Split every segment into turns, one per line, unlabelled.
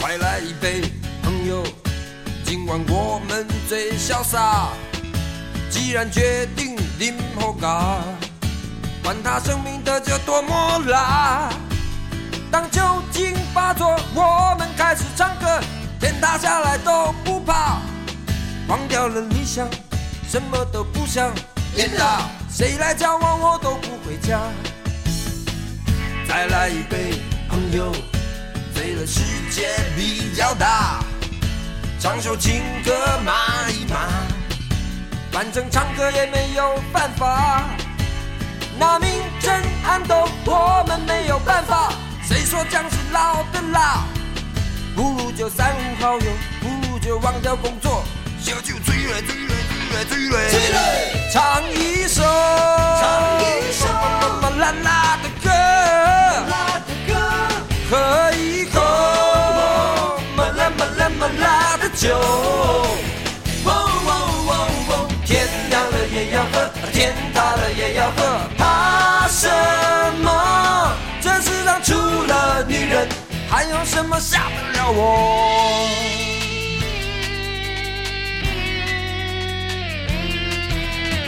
快来一杯，朋友，今晚我们最潇洒。既然决定淋后嘎，管他生命的酒多么辣。当酒精发作，我们开始唱歌，天塌下来都不怕。忘掉了理想，什么都不想。天呐，谁来交往我都不回家。再来一杯，朋友。醉了世界比较大，唱首情歌骂一骂，反正唱歌也没有办法，那明争暗斗我们没有办法，谁说姜是老的辣？不如就三五好友，不如就忘掉工作，小酒醉了醉了醉了醉了醉了，唱一首唱一首么么啦啦的歌。喝一口麻辣麻辣麻辣的酒，哦哦哦哦，天亮了也要喝，天塌了也要喝，怕什么？这世上除了女人，还有什么吓得了我？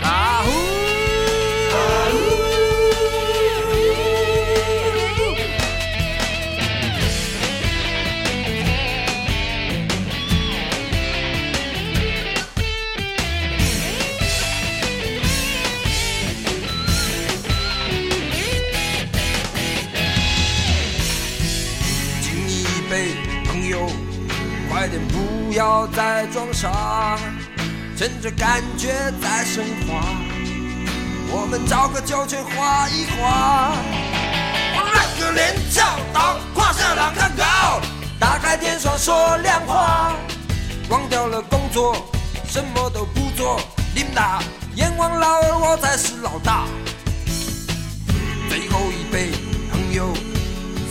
啊呼！啊呼！敬你一杯，朋友，快点不要再装傻，趁着感觉在升华，我们找个酒泉划一划。我那个连翘倒，胯下两个高，打开天窗说亮话，忘掉了工作，什么都不做，你们打，阎王老二我才是老大。最后一杯，朋友，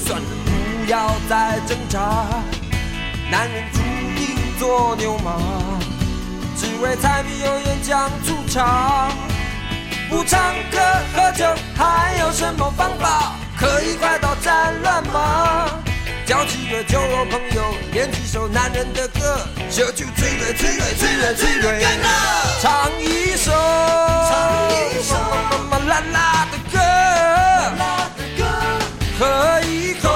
算了，不要再挣扎。男人注定做牛马，只为柴米油盐酱醋茶。不唱歌喝酒还有什么方法？可以快刀斩乱麻，交几个酒肉朋友，点几首男人的歌，小酒醉了醉了醉了醉了，唱一首唱一首么么啦啦的歌。喝一口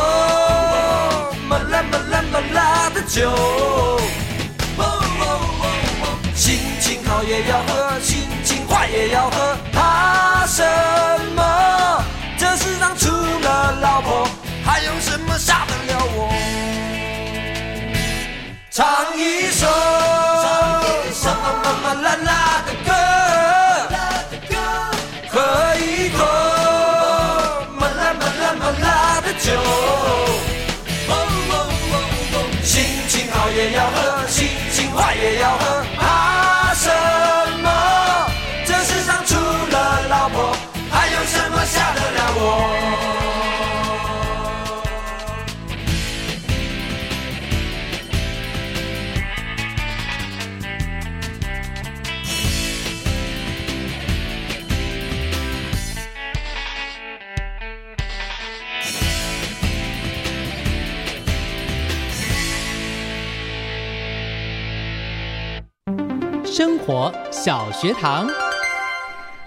麻辣麻辣麻辣的酒。哦哦哦哦心情好也要喝，心情坏也要喝，怕什么？这世上除了老婆，还有什么吓得了我？唱一首什么么么啦啦的歌，喝一口么啦么啦么啦的酒。心情好也要喝，心情坏也要喝，怕什么？这世上除了老婆，还有什么吓得了我？
生活小学堂。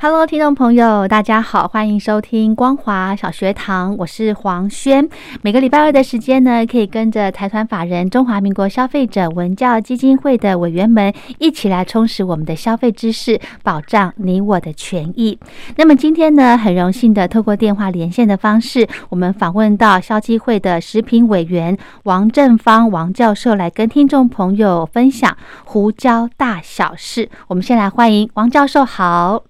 Hello，听众朋友，大家好，欢迎收听光华小学堂，我是黄轩。每个礼拜二的时间呢，可以跟着财团法人中华民国消费者文教基金会的委员们一起来充实我们的消费知识，保障你我的权益。那么今天呢，很荣幸的透过电话连线的方式，我们访问到消基会的食品委员王正芳王教授来跟听众朋友分享胡椒大小事。我们先来欢迎王教授，好。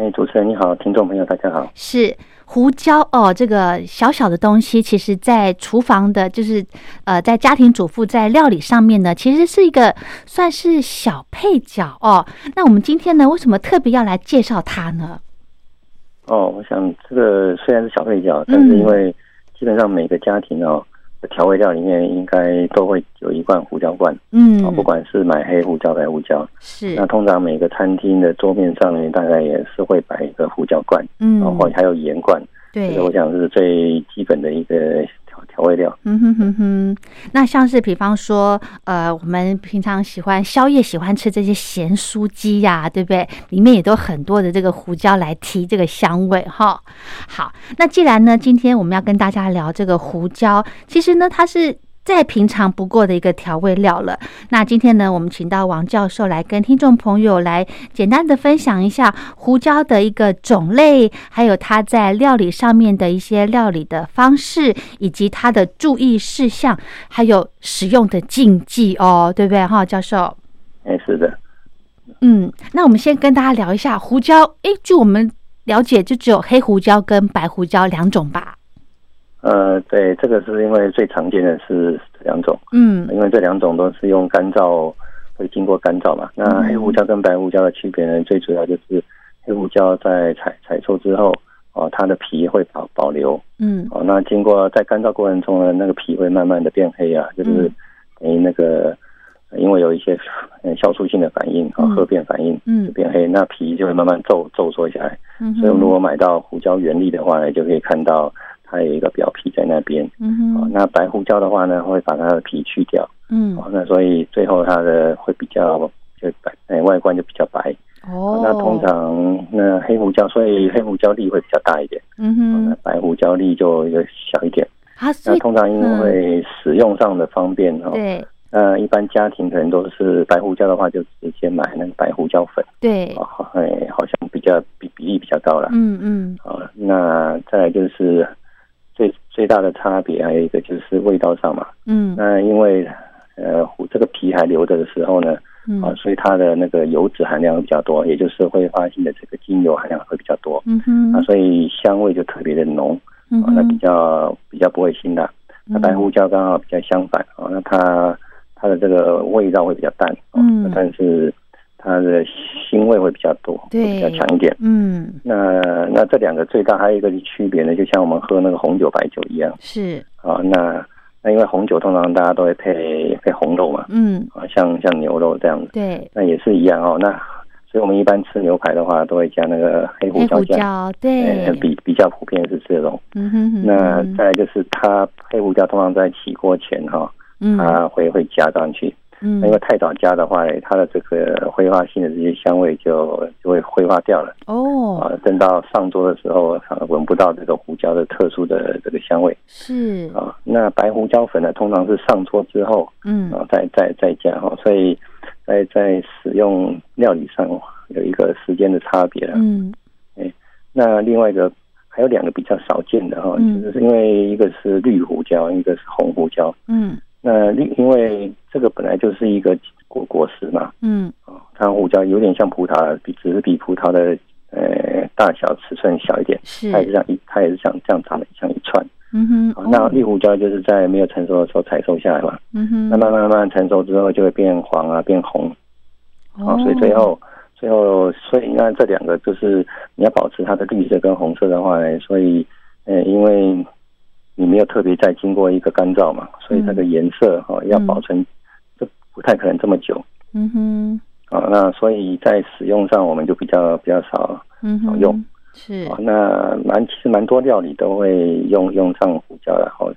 哎，主持人你好，听众朋友大家好。
是胡椒哦，这个小小的东西，其实在厨房的，就是呃，在家庭主妇在料理上面呢，其实是一个算是小配角哦。那我们今天呢，为什么特别要来介绍它呢？
哦，我想这个虽然是小配角，但是
嗯
因为基本上每个家庭哦的调味料里面应该都会有一罐胡椒罐
嗯
啊、哦，不管是买黑胡椒、白胡椒，
是
那通常每个餐厅的桌面上面大概也是会摆一个胡椒罐，
嗯
哦，或还有盐罐，这
对
个，我想是最基本的一个调调味料。
嗯哼哼哼。那像是比方说，呃，我们平常喜欢宵夜喜欢吃这些咸酥鸡呀、对不对？里面也都很多的这个胡椒来提这个香味哈。好，那既然呢，今天我们要跟大家聊这个胡椒，其实呢，它是。再平常不过的一个调味料了。那今天呢，我们请到王教授来跟听众朋友来简单的分享一下胡椒的一个种类，还有它在料理上面的一些料理的方式，以及它的注意事项，还有使用的禁忌哦，对不对哈，教授？
哎，是的，
嗯，那我们先跟大家聊一下胡椒。诶，据我们了解，就只有黑胡椒跟白胡椒两种吧。
呃，对，这个是因为最常见的是这两种。
嗯
因为这两种都是用干燥，会经过干燥
嗯
嘛。那黑胡椒跟白胡椒的区别呢，最主要就是黑胡椒在采采收之后，哦，它的皮会保保留，
嗯
哦，那经过在干燥过程中呢，那个皮会慢慢的变黑啊，就是
嗯
等于那个呃因为有一些呃酵素性的反应啊，
嗯
褐变反应
嗯
变黑，那皮就会慢慢皱皱缩下来。
嗯哼，
所以如果买到胡椒原粒的话呢，就可以看到它有一个表皮在那边。
嗯
哦，
哼
那白胡椒的话呢，会把它的皮去掉。
嗯
哦，那所以最后它的会比较就白，哎，外观就比较白。
哦，
那通常那黑胡椒，所以黑胡椒粒会比较大一点，
嗯
哦那
哼
白胡椒粒就就小一点。
啊，所
那
以嗯
通常因为使用上的方便哦，
对
那一般家庭可能都是白胡椒的话，就直接买那个白胡椒粉，
对
哦，哎，好像比较比比例比较高啦。
嗯嗯
啊、那再来就是最最大的差别还有一个就是味道上嘛，
嗯
那因为呃胡这个皮还留着的时候呢，啊，
嗯
所以它的那个油脂含量会比较多，也就是挥发性的这个精油含量会比较多，
嗯哼
啊，所以香味就特别的浓，
嗯
啊，那比
哼
较比较不会辛辣。那
嗯
白胡椒刚好比较相反啊，那它它的这个味道会比较淡，啊
嗯
但是它的腥味会比较多，会
对
比较强一点。
嗯
那那这两个最大还有一个区别呢，就像我们喝那个红酒、白酒一样
是
啊，那那因为红酒通常大家都会配配红肉嘛，
嗯
啊，像像牛肉这样子。
对
那也是一样哦。那所以我们一般吃牛排的话，都会加那个黑胡
黑
椒
胡
酱，
椒
哎
对
比比较普遍是这种。
嗯哼哼
那
哼
再来就是它黑胡椒通常在起锅前哈、
嗯
它会会加上去。
嗯
啊那因为太早加的话，它的这个挥发性的这些香味就就会挥发掉了
哦
啊。等到上桌的时候，反而闻不到这个胡椒的特殊的这个香味
是
啊。那白胡椒粉呢，通常是上桌之后
嗯
啊，再再再加哈，所以在在使用料理上有一个时间的差别了。
嗯
那另外一个还有两个比较少见的哈，哦
嗯
就是因为一个是绿胡椒，一个是红胡椒。
嗯
那绿因为这个本来就是一个果果实嘛，
嗯
哦它胡椒有点像葡萄，比只是比葡萄的呃大小尺寸小一点，
是
它也是像一它也是像这样长得像一串。
嗯哼
啊
哦
那绿胡椒就是在没有成熟的时候采收下来嘛，
嗯哼
那慢慢慢慢成熟之后就会变黄啊，变红。啊，所以最
哦
后最后所以那这两个就是你要保持它的绿色跟红色的话呢，所以呃，因为你没有特别再经过一个干燥嘛，所以它的
嗯
颜色哈、哦要保存，这不太可能这么久
嗯哼
啊。那所以在使用上我们就比较比较少
嗯
少
哼
用
是
啊。那蛮其实蛮多料理都会用用上胡哦椒的，然后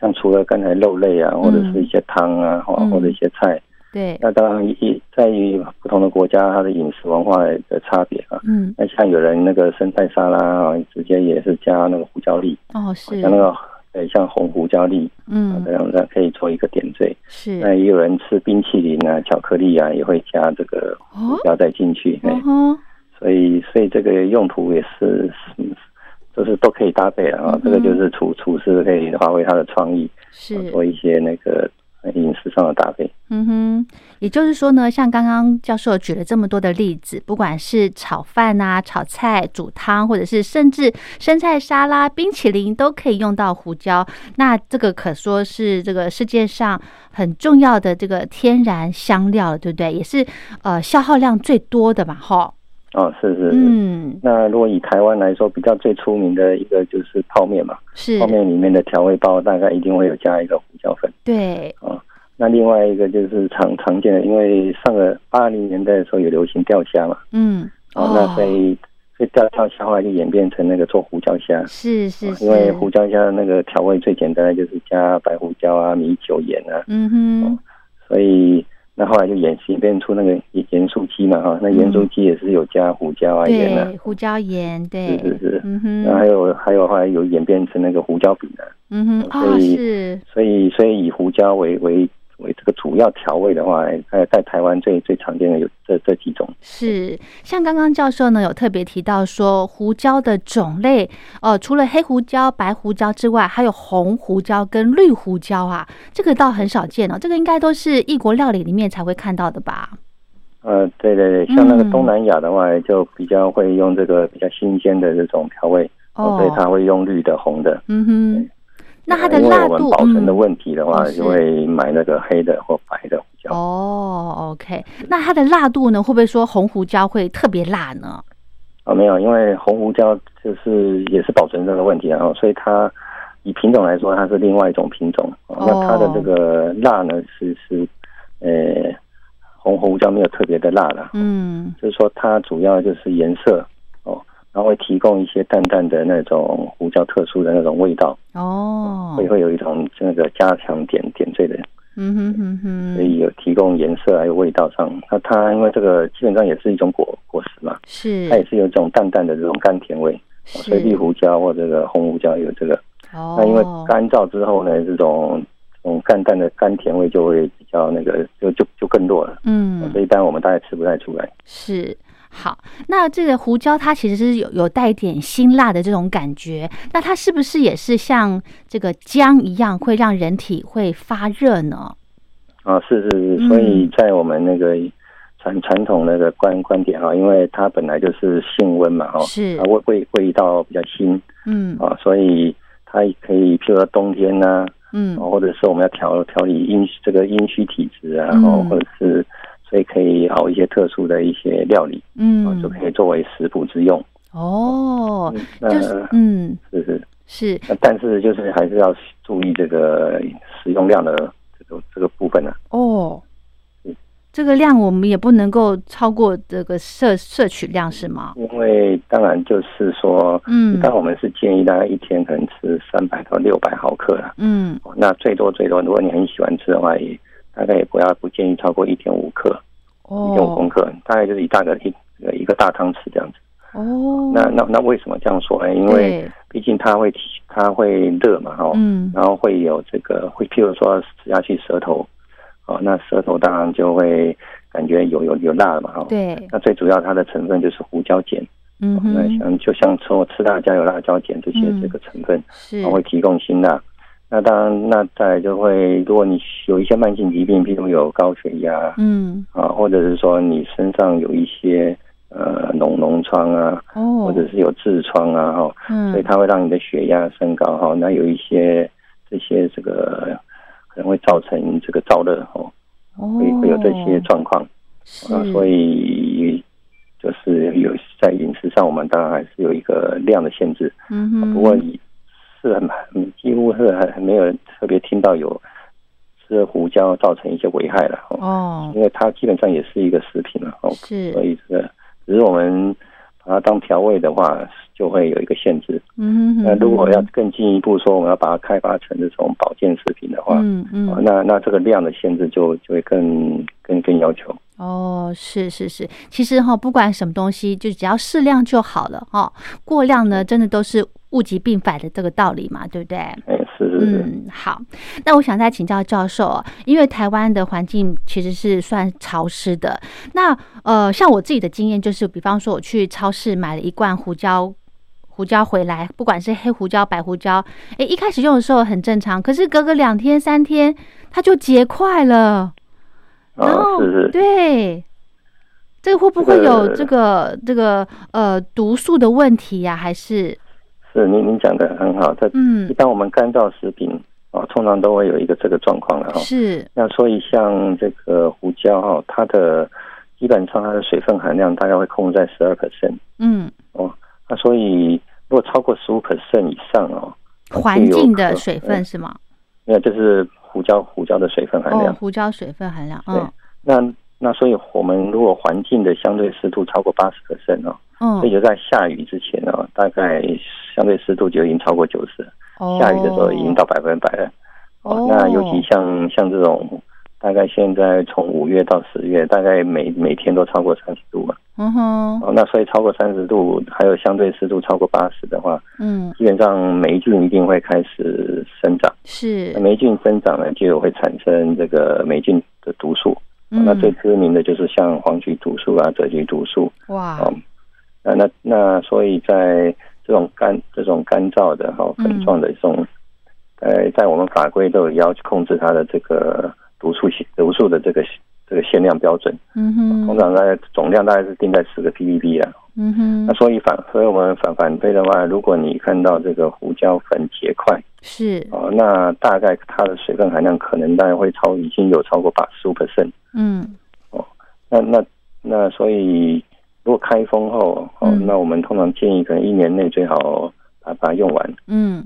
像除了刚才肉类啊，或者是一些汤啊，或、
嗯
或者一些菜。
对，
那当然也在于不同的国家它的饮食文化的差别啊。
嗯，
那像有人那个生菜沙拉啊，直接也是加那个胡椒粒，
哦是
像，那个对，像红胡椒粒啊，哎这
嗯
样子可以做一个点缀。那
是，
也有人吃冰淇淋啊、巧克力啊，也会加这个
哦
胡椒再进去。哎
嗯哼，
所以所以这个用途也是，嗯就是都可以搭配了啊
嗯。
这个就是厨厨师可以发挥他的创意，啊
是，
做一些那个呃饮食上的搭配。
嗯哼，也就是说呢，像刚刚教授举了这么多的例子，不管是炒饭啊、炒菜、煮汤，或者是甚至生菜沙拉、冰淇淋，都可以用到胡椒。那这个可说是这个世界上很重要的这个天然香料了，对不对？也是呃消耗量最多的嘛，哈。
哦，是是是。
嗯，
那如果以台湾来说，比较最出名的一个就是泡面嘛，
是
泡，面里面的调味包大概一定会有加一个胡椒粉。
对，
那另外一个就是常常见的，因为上个八零年代的时候有流行钓虾嘛，
嗯，
哦，那所以所以钓钓虾后来就演变成那个做胡椒虾，
是是是，
因为胡椒虾那个调味最简单的就是加白胡椒啊、米酒、盐啊，
嗯哼，
所以那后来就演演变出那个盐盐酥鸡嘛哈，那盐酥鸡也是有加胡椒啊、盐啊
嗯对，，胡椒盐，对，
是是是
嗯
那还
哼，
有还有后来有演变成那个胡椒饼啊，
嗯哼，哦，
所以
是。
所以所以以胡椒为为为这个主要调味的话，在在台湾最最常见的有这这几种。
是，像刚刚教授呢有特别提到说，胡椒的种类，呃，除了黑胡椒、白胡椒之外，还有红胡椒跟绿胡椒啊，这个倒很少见哦，这个应该都是异国料理里面才会看到的吧？
呃，对对对，像那个
嗯
东南亚的话，就比较会用这个比较新鲜的这种调味，
哦
所以它会用绿的、红的。
嗯哼，那它的
呃因为
辣
我们
度，
保存的
嗯，
问题的话，
哦是
就会买那个黑的或白的胡椒。
哦，OK，那它的辣度呢，会不会说红胡椒会特别辣呢？
啊，没有，因为红胡椒就是也是保存这个问题啊，哦所以它以品种来说，它是另外一种品种。哦那它的这个辣呢，是是呃红胡椒没有特别的辣了，
嗯，
就是说它主要就是颜色哦，然后会提供一些淡淡的那种胡椒特殊的那种味道，
哦
会，会有一种那个加强点点缀的，
嗯哼哼
所
哼，
以有提供颜色还有味道上。那它因为这个基本上也是一种果果实嘛，
是
它也是有一种淡淡的这种甘甜味。哦所以绿
是，
胡椒或这个红胡椒有这个。
哦
那因为干燥之后呢，这种这种淡淡的甘甜味就会比较那个，就就就更弱了。
嗯
所。以一般我们大概吃不太出来。
是。好，那这个胡椒它其实是有有带一点辛辣的这种感觉，那它是不是也是像这个姜一样会让人体会发热呢？
啊，是是
嗯
是，所以在我们那个传传统那个观观点啊，因为它本来就是性温嘛，哦，
是
它味味味道比较辛
嗯
啊，所以它可以譬如说冬天呐、啊
嗯
或者是我们要调调理阴这个阴虚体质啊，
嗯
哦，或者是所以可以熬一些特殊的一些料理。啊，就
嗯，
可以作为食补之用。
哦，
那
就是嗯
是是，
是
那但是就是还是要注意这个使用量的这个这个部分啊呢、
哦
嗯，
这个量我们也不能够超过这个摄摄取量是吗？
因为当然就是说，
嗯
一般我们是建议大概一天可能吃三百到六百毫克啦。
嗯
哦那最多最多，如果你很喜欢吃的话，也大概也不要不建议超过一点五克，一点五公
哦
克，大概就是一大个一呃一个大汤匙这样子。
哦，
那那那为什么这样说呢？因为
对
毕竟它会提它会热嘛，哦哈、
嗯
然后会有这个会，譬如说吃下去舌头，哦，那舌头当然就会感觉有有有辣嘛，哈、哦。
对
那最主要它的成分就是胡椒碱，
嗯
哦那
哼
像就像说吃辣椒有辣椒碱这些
嗯
这个成分，
是
然后会提供辛辣。那当然，那再来就会，如果你有一些慢性疾病，譬如有高血压
嗯
啊，或者是说你身上有一些呃脓脓疮啊，
哦，
或者是有痔疮啊，哈、
嗯
所以它会让你的血压升高哈。那有一些这些这个可能会造成这个燥热哦，会会有这些状况啊
哦，是
所以就是有在饮食上，我们当然还是有一个量的限制。
嗯哼，
不过以是很很几乎是很没有特别听到有吃胡椒造成一些危害了哦，
哦
因为它基本上也是一个食品了哦，
是
所以这个只是我们把它当调味的话，就会有一个限制。
嗯哼哼，
那如果要更进一步说，我们要把它开发成这种保健食品的话，
嗯嗯
啊，那那这个量的限制就就会更更更要求。
哦，是是是，其实哈、不管什么东西，就只要适量就好了哈、过量
嗯
呢，真的都是物极必反的这个道理嘛，对不对？
哎，是是是，
嗯，好。那我想再请教教授、哦，因为台湾的环境其实是算潮湿的。那呃，像我自己的经验就是，比方说我去超市买了一罐胡椒。胡椒回来，不管是黑胡椒、白胡椒，诶，一开始用的时候很正常，可是隔个两天、三天，它就结块了。然
啊，
后
是是，
对，这个会不会
这个
有这个这个呃毒素的问题呀、还是
是您您讲的很好。这
嗯
一般我们干燥食品啊，通常都会有一个这个状况了哈。
是
那所以像这个胡椒哈，它的基本上它的水分含量大概会控制在十二 percent
嗯
哦。那所以如果超过十五 percent 以上哦，
环境的
可
水分是吗？
没有就是胡椒胡椒的水分含量。
哦，胡椒水分含量，嗯
那那所以我们如果环境的相对湿度超过八十 percent 哦，所以
嗯，
就在下雨之前哦，大概相对湿度就已经超过九十，
哦
下雨的时候已经到百分百了。
哦
那尤其像像这种，大概现在从五月到十月，大概每每天都超过三十度嘛。
嗯哼
哦，那所以超过三十度，还有相对湿度超过八十的话，
嗯
基本上霉菌一定会开始生长。那
是
霉菌生长呢，就会产生这个霉菌的毒素。哦那最
嗯
知名的就是像黄曲毒素啊、赭曲毒素。
哇
哦那那那，所以在这种干这种干燥的哈、哦、
嗯
粉状的这种，呃，在我们法规都有要求控制它的这个毒素限毒素的这个这个限量标准，
嗯
通
哼
常大概总量大概是定在十个 ppb 啊。
嗯哼
那所以反所以我们反反推的话，如果你看到这个胡椒粉结块
是
哦，那大概它的水分含量可能大概会超已经有超过八十五 percent。
嗯
那那那所以，如果开封后，哦，
嗯
那我们通常建议可能一年内最好把把它用完。
嗯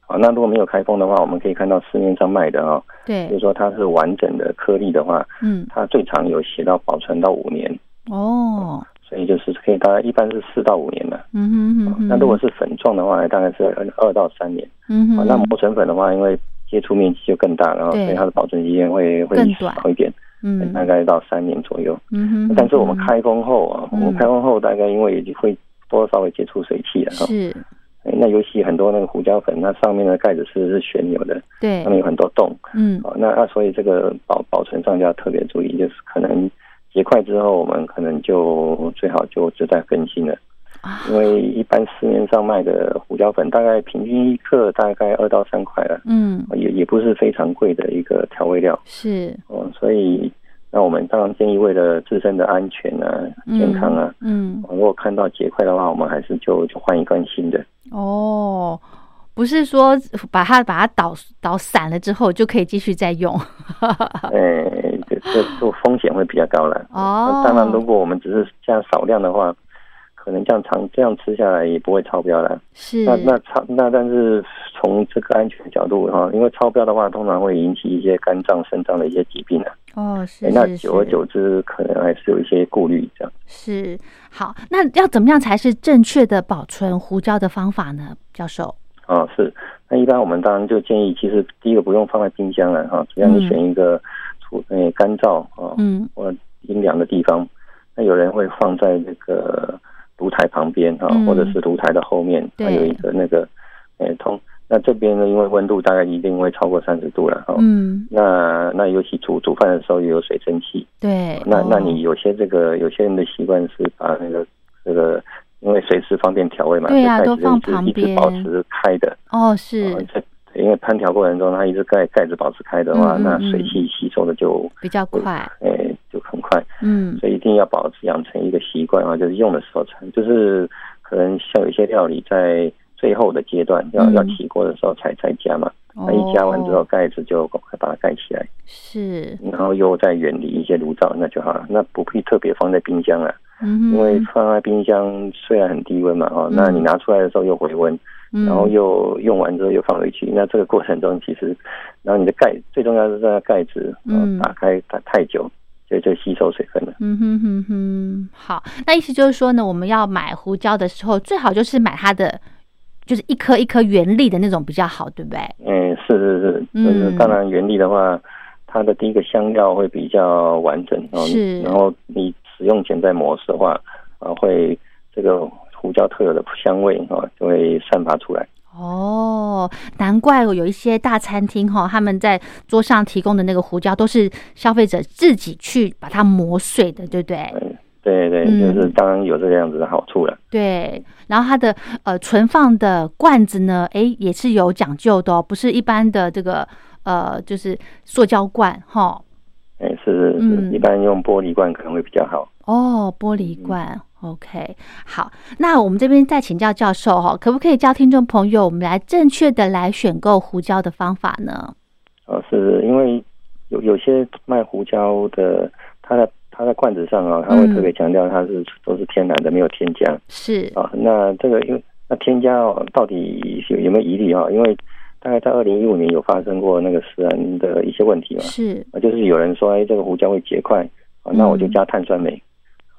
好，那如果没有开封的话，我们可以看到市面上卖的哦，比如
对
说它是完整的颗粒的话，
嗯
它最长有写到保存到五年，
哦
所以就是可以大概一般是四到五年的。
嗯哼嗯
哦
哼
那如果是粉状的话，大概是二到三年。
嗯
好
哼
那磨成粉的话，因为接触面积就更大，然哦后所
对
以它的保存期间会会
更短
少一点，
嗯
大概到三年左右。
嗯哼
但是我们
嗯哼
开工后啊，我
嗯
们开工后大概因为会多稍微接触水汽了哈、
是
哎那尤其很多那个胡椒粉，那上面的盖子是是旋钮的，
对
上面有很多洞。
嗯
哦，那那所以这个保保存上就要特别注意，就是可能结块之后，我们可能就最好就就在更新了，
啊
因为一般市面上卖的胡椒粉大概平均一克大概二到三块了，
嗯
哦也也不是非常贵的一个调味料。
是
哦，所以那我们当然建议为了自身的安全啊、
嗯
健康啊，
嗯
如果看到结块的话，我们还是就就换一罐 新的。
哦，不是说把它把它捣捣散了之后就可以继续再用。
哎，这这这风险会比较高了。
哦
那当然，如果我们只是这样少量的话，可能这样长这样吃下来也不会超标了。
是，
那那超那但是从这个安全角度哈，因为超标的话，通常会引起一些肝脏、肾脏的一些疾病啊。
哦，是
哎，那
是
久而
是
久之，可能还是有一些顾虑这样。
是好。那要怎么样才是正确的保存胡椒的方法呢，教授？
啊，是。那一般我们当然就建议，其实第一个不用放在冰箱了哈、只要你
嗯
选一个处诶、干燥啊
嗯
或阴凉的地方。那有人会放在那个炉台旁边哈、
嗯
或者是炉台的后面，
对
它有一个那个诶、通。那这边呢，因为温度大概一定会超过三十度了哈、
嗯，
那那尤其煮煮饭的时候也有水蒸气，
对。
那
哦
那你有些这个有些人的习惯是把那个这个，因为随时方便调味嘛，
对啊
所以
都
盖子
放
一直
旁
一直
边
保持开的。
哦
呃
是
在因为烹调过程中，它一直盖盖子保持开的话，
嗯嗯
那
嗯
水汽吸收的就
比较快，
诶、就很快，
嗯
所以一定要保持养成一个习惯啊，就是用的时候才，就是可能像有一些料理在最后的阶段要、
嗯
要起锅的时候才才加嘛，那一加完之后
哦
盖子就赶快把它盖起来，
是
然后又再远离一些炉灶，那就好了，那不必特别放在冰箱了。
嗯
因为
哼
放在冰箱虽然很低温嘛，哦，
嗯
那你拿出来的时候又回温，
嗯
然后又用完之后又放回去，那这个过程中其实，然后你的盖最重要的是这个盖子，呃
嗯
打开它太久，就就吸收水分了。
嗯哼哼哼，好，那意思就是说呢，我们要买胡椒的时候，最好就是买它的，就是一颗一颗原粒的那种比较好，对不对？
嗯，是是是，就是
嗯
当然原理的话，它的第一个香料会比较完整哦
是，
然后你使用前再磨丝的话，啊，会这个胡椒特有的香味啊、哦就会散发出来。
哦，难怪有一些大餐厅哈、他们在桌上提供的那个胡椒都是消费者自己去把它磨碎的，对不对？
对对，
嗯
就是当然有这样子的好处了。
对，然后它的呃存放的罐子呢，诶，也是有讲究的哦，不是一般的这个呃就是塑胶罐哈、
哎，是是是，
嗯
一般用玻璃罐可能会比较好。
哦，玻璃罐。OK，好，那我们这边再请教教授哈、可不可以教听众朋友我们来正确的来选购胡椒的方法呢？
呃，是因为有有些卖胡椒的，它的它在罐子上啊，它会
嗯
特别强调它是、都是天然的，没有添加
是，
啊。那这个因为那添加哦，到底有有没有疑虑啊？因为大概在二零一五年有发生过那个食安的一些问题嘛，
是
啊，就是有人说哎，这个胡椒会结块啊，那我就
嗯
加碳酸镁。啊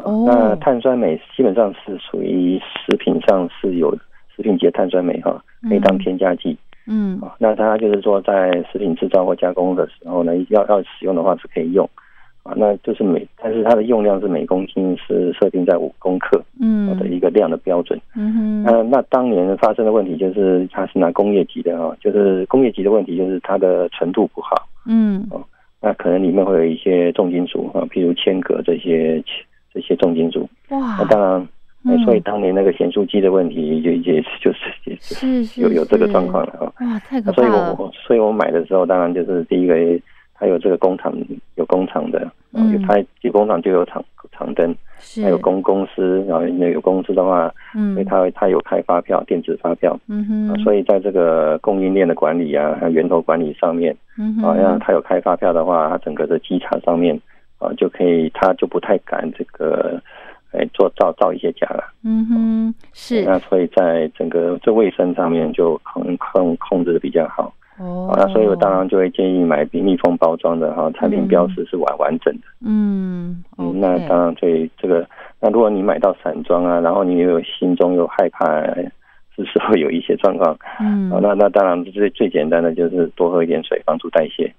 哦
那碳酸镁基本上是属于食品上是有食品级的碳酸镁哈，可以当
嗯
添加剂。
嗯
啊，那它就是说在食品制造或加工的时候呢，要要使用的话是可以用啊，那就是每，但是它的用量是每公斤是设定在五公克啊的
嗯
一个量的标准。
嗯哼
那那当年发生的问题就是它是拿工业级的啊，就是工业级的问题就是它的纯度不好，
嗯
那可能里面会有一些重金属啊，譬如铅镉这些这些重金属。
哇
那，当然，哎
嗯
所以当年那个咸酥鸡的问题也也就是也就是
是是
有有这个
是
状况了啊。
哇，太可
那所
怕
以
了
我，我所以我买的时候，当然就是第一个，它有这个工厂有工厂的，然后有
嗯
它有工厂就有厂厂灯，
是
还有公公司，然后有公司的话，
嗯
所以它会它有开发票、电子发票，
嗯
啊
哼，
所以在这个供应链的管理啊，还有源头管理上面
嗯哼
啊，让它有开发票的话，它整个的稽查上面啊就可以，它就不太敢这个。哎，做造造一些假了，
嗯哼是
那所以在整个这卫生上面就控控控制的比较好。
哦
好，那啊所以我当然就会建议买比密封包装的哈，产品标识是完完整的。
嗯
嗯
OK
那当然对这个，那如果你买到散装啊，然后你又有心中又害怕，是时候有一些状况，
嗯
啊，那那当然最最简单的就是多喝一点水，帮助代谢。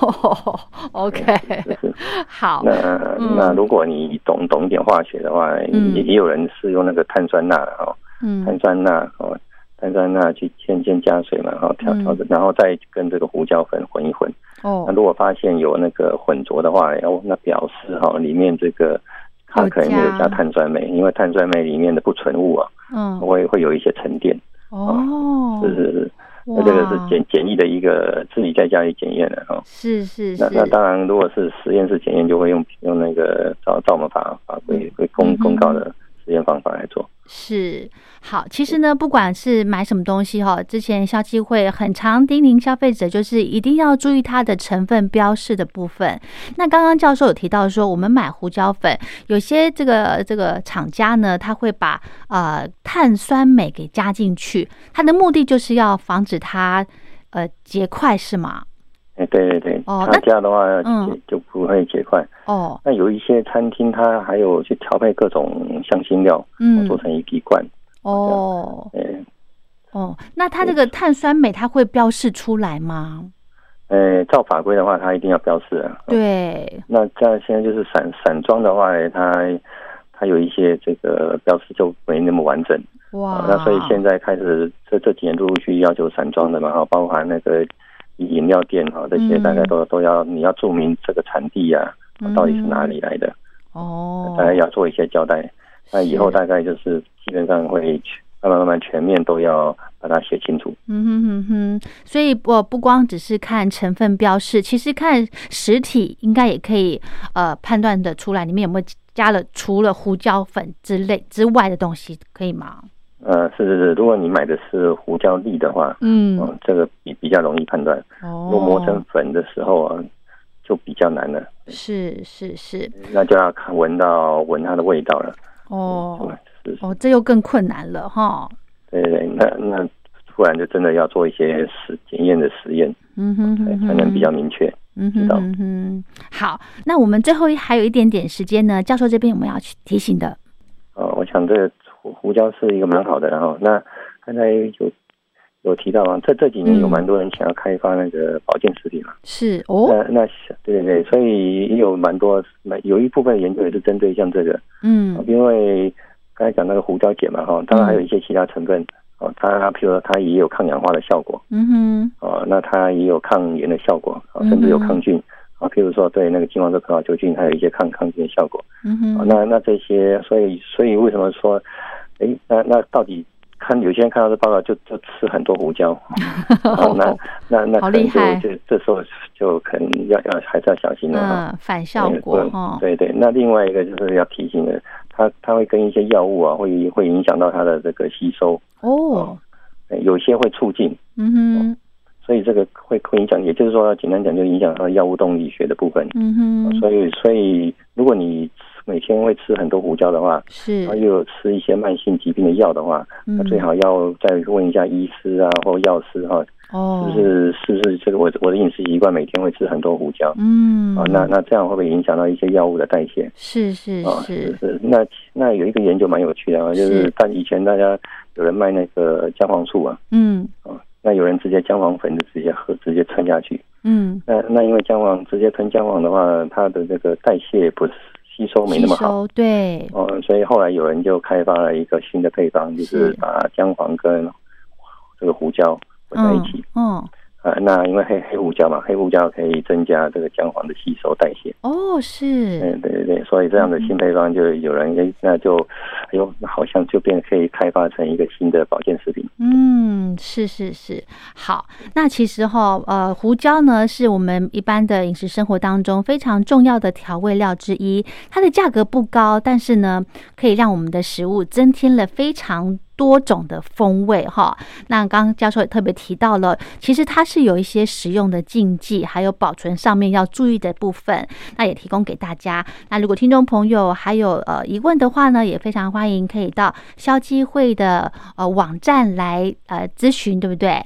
哦 OK
是是
好
那
嗯
那如果你懂懂一点化学的话，
嗯
也也有人是用那个碳酸钠哦，碳
嗯
酸钠哦，碳酸钠去先先加水嘛，然后调
嗯
调整，然后再跟这个胡椒粉混一混。那
哦
如果发现有那个混浊的话，哦，那表示哈、里面这个它
有
可能没有
加
加碳酸镁，因为碳酸镁里面的不纯物啊，
嗯
会会有一些沉淀，
哦
啊是是是，那
哇
这个是简简易的一个自己在家里检验的哈、哦。
是是
那那
是
当然，如果是实验室检验，就会用用那个照照我们法法规会公
嗯哼
公告的实验方法来做。
是好，其实呢，不管是买什么东西哈，之前消基会很常叮咛消费者，就是一定要注意它的成分标示的部分。那刚刚教授有提到说，我们买胡椒粉，有些这个这个厂家呢，他会把呃碳酸镁给加进去，它的目的就是要防止它呃结块，是吗？
哎，对对对，
哦
它
那
加的话
嗯
就就不会结块。
哦，
那有一些餐厅，它还有去调配各种香辛料，
嗯
做，成一滴罐。
哦
哎，
哦，那它这个碳酸镁它会标示出来吗？
呃，照法规的话，它一定要标示啊。
对，
那这样现在就是散散装的话呢，它它有一些这个标识就没那么完整
哇
啊。，那所以现在开始这这几年陆陆续续要求散装的嘛，哈，包含那个饮料店哈，这些
嗯
大概都、都要你要注明这个产地啊，
嗯
到底是哪里来的，
哦，
大概要做一些交代。那以后大概就是基本上会去慢慢慢慢全面都要把它写清楚。
嗯哼哼哼，所以我不光只是看成分标示，其实看实体应该也可以呃判断的出来里面有没有加了除了胡椒粉之类之外的东西，可以吗？
呃，是是是，如果你买的是胡椒粒的话，
嗯，
嗯，这个比比较容易判断。如果磨成
哦，
粉的时候啊，就比较难了，
是是是，
那就要看闻到闻它的味道了。
哦
是，是
哦，这又更困难了哈。
对对，对那那突然就真的要做一些实检验的实验，哎
嗯哼
才
哼哼，
才能比较明确。
嗯哼
道
嗯哼，好，那我们最后还有一点点时间呢，教授这边有没有要去提醒的？嗯
呃，我想这个胡胡椒是一个蛮好的，然后那刚才有有提到啊，这这几年有
嗯
蛮多人想要开发那个保健食品嘛，
是哦，
那那是对对对，所以也有蛮多蛮有一部分研究也是针对像这个，
嗯
因为刚才讲那个胡椒碱嘛哈，当然还有一些其他成分哦，它譬如说它也有抗氧化的效果
嗯哼，
哦，那它也有抗炎的效果，
嗯
哦甚至有抗菌啊，譬如说对那个金黄色葡萄球菌还有一些抗抗菌的效果。
嗯
哦
哼，
那那这些，所以所以为什么说，哎，那那到底看有些人看到这报道就就吃很多胡椒， 哦、那那那
好
可
厉
能
害
就就这时候就可能要要还是要小心了哈。
嗯，反效
对
果
对
哈，
对对，那另外一个就是要提醒的，它它会跟一些药物啊，会会影响到它的这个吸收，
哦，
呃有些会促进，
嗯哼，
所以这个会会影响，也就是说简单讲就影响到药物动力学的部分。
嗯哼，
哦所以所以如果你每天会吃很多胡椒的话，
是
然后，啊又有吃一些慢性疾病的药的话，那
嗯，
最好要再问一下医师啊或药师哈、
哦，
是不是是不是这个我我的饮食习惯每天会吃很多胡椒、
嗯，
啊？那那这样会不会影响到一些药物的代谢
是是
啊？
是，
是那那有一个研究蛮有趣的啊，就是是但以前大家有人卖那个姜黄素啊，
嗯
啊，那有人直接姜黄粉就直接喝直接吞下去，
嗯，
那那因为姜黄直接吞姜黄的话，它的这个代谢不是吸收没
吸
那么好。
收对，
哦，所以后来有人就开发了一个新的配方，就是
是
把姜黄跟这个胡椒混在一起。
嗯，
啊、那因为黑黑胡椒嘛，黑胡椒可以增加这个姜黄的吸收代谢。
哦，是，
嗯，对对对，所以这样的新配方就有人哎，那就哎呦，那好像就变可以开发成一个新的保健食品。
嗯，是是是，好。那其实哈，呃，胡椒呢是我们一般的饮食生活当中非常重要的调味料之一，它的价格不高，但是呢，可以让我们的食物增添了非常。多种的风味哈，那刚刚教授也特别提到了，其实它是有一些食用的禁忌，还有保存上面要注意的部分，那也提供给大家。那如果听众朋友还有呃疑问的话呢，也非常欢迎可以到消基会的呃网站来呃咨询，对不对？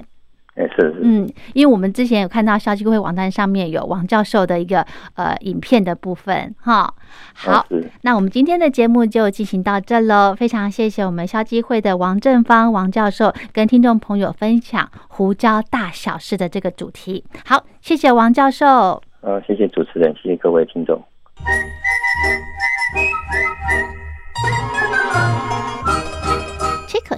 哎，是是，
嗯，因为我们之前有看到校机会网站上面有王教授的一个呃影片的部分哈。好，
嗯是
那我们今天的节目就进行到这喽，非常谢谢我们校机会的王正芳王教授跟听众朋友分享胡椒大小事的这个主题。好，谢谢王教授。
啊，谢谢主持人，谢谢各位听众。
吹口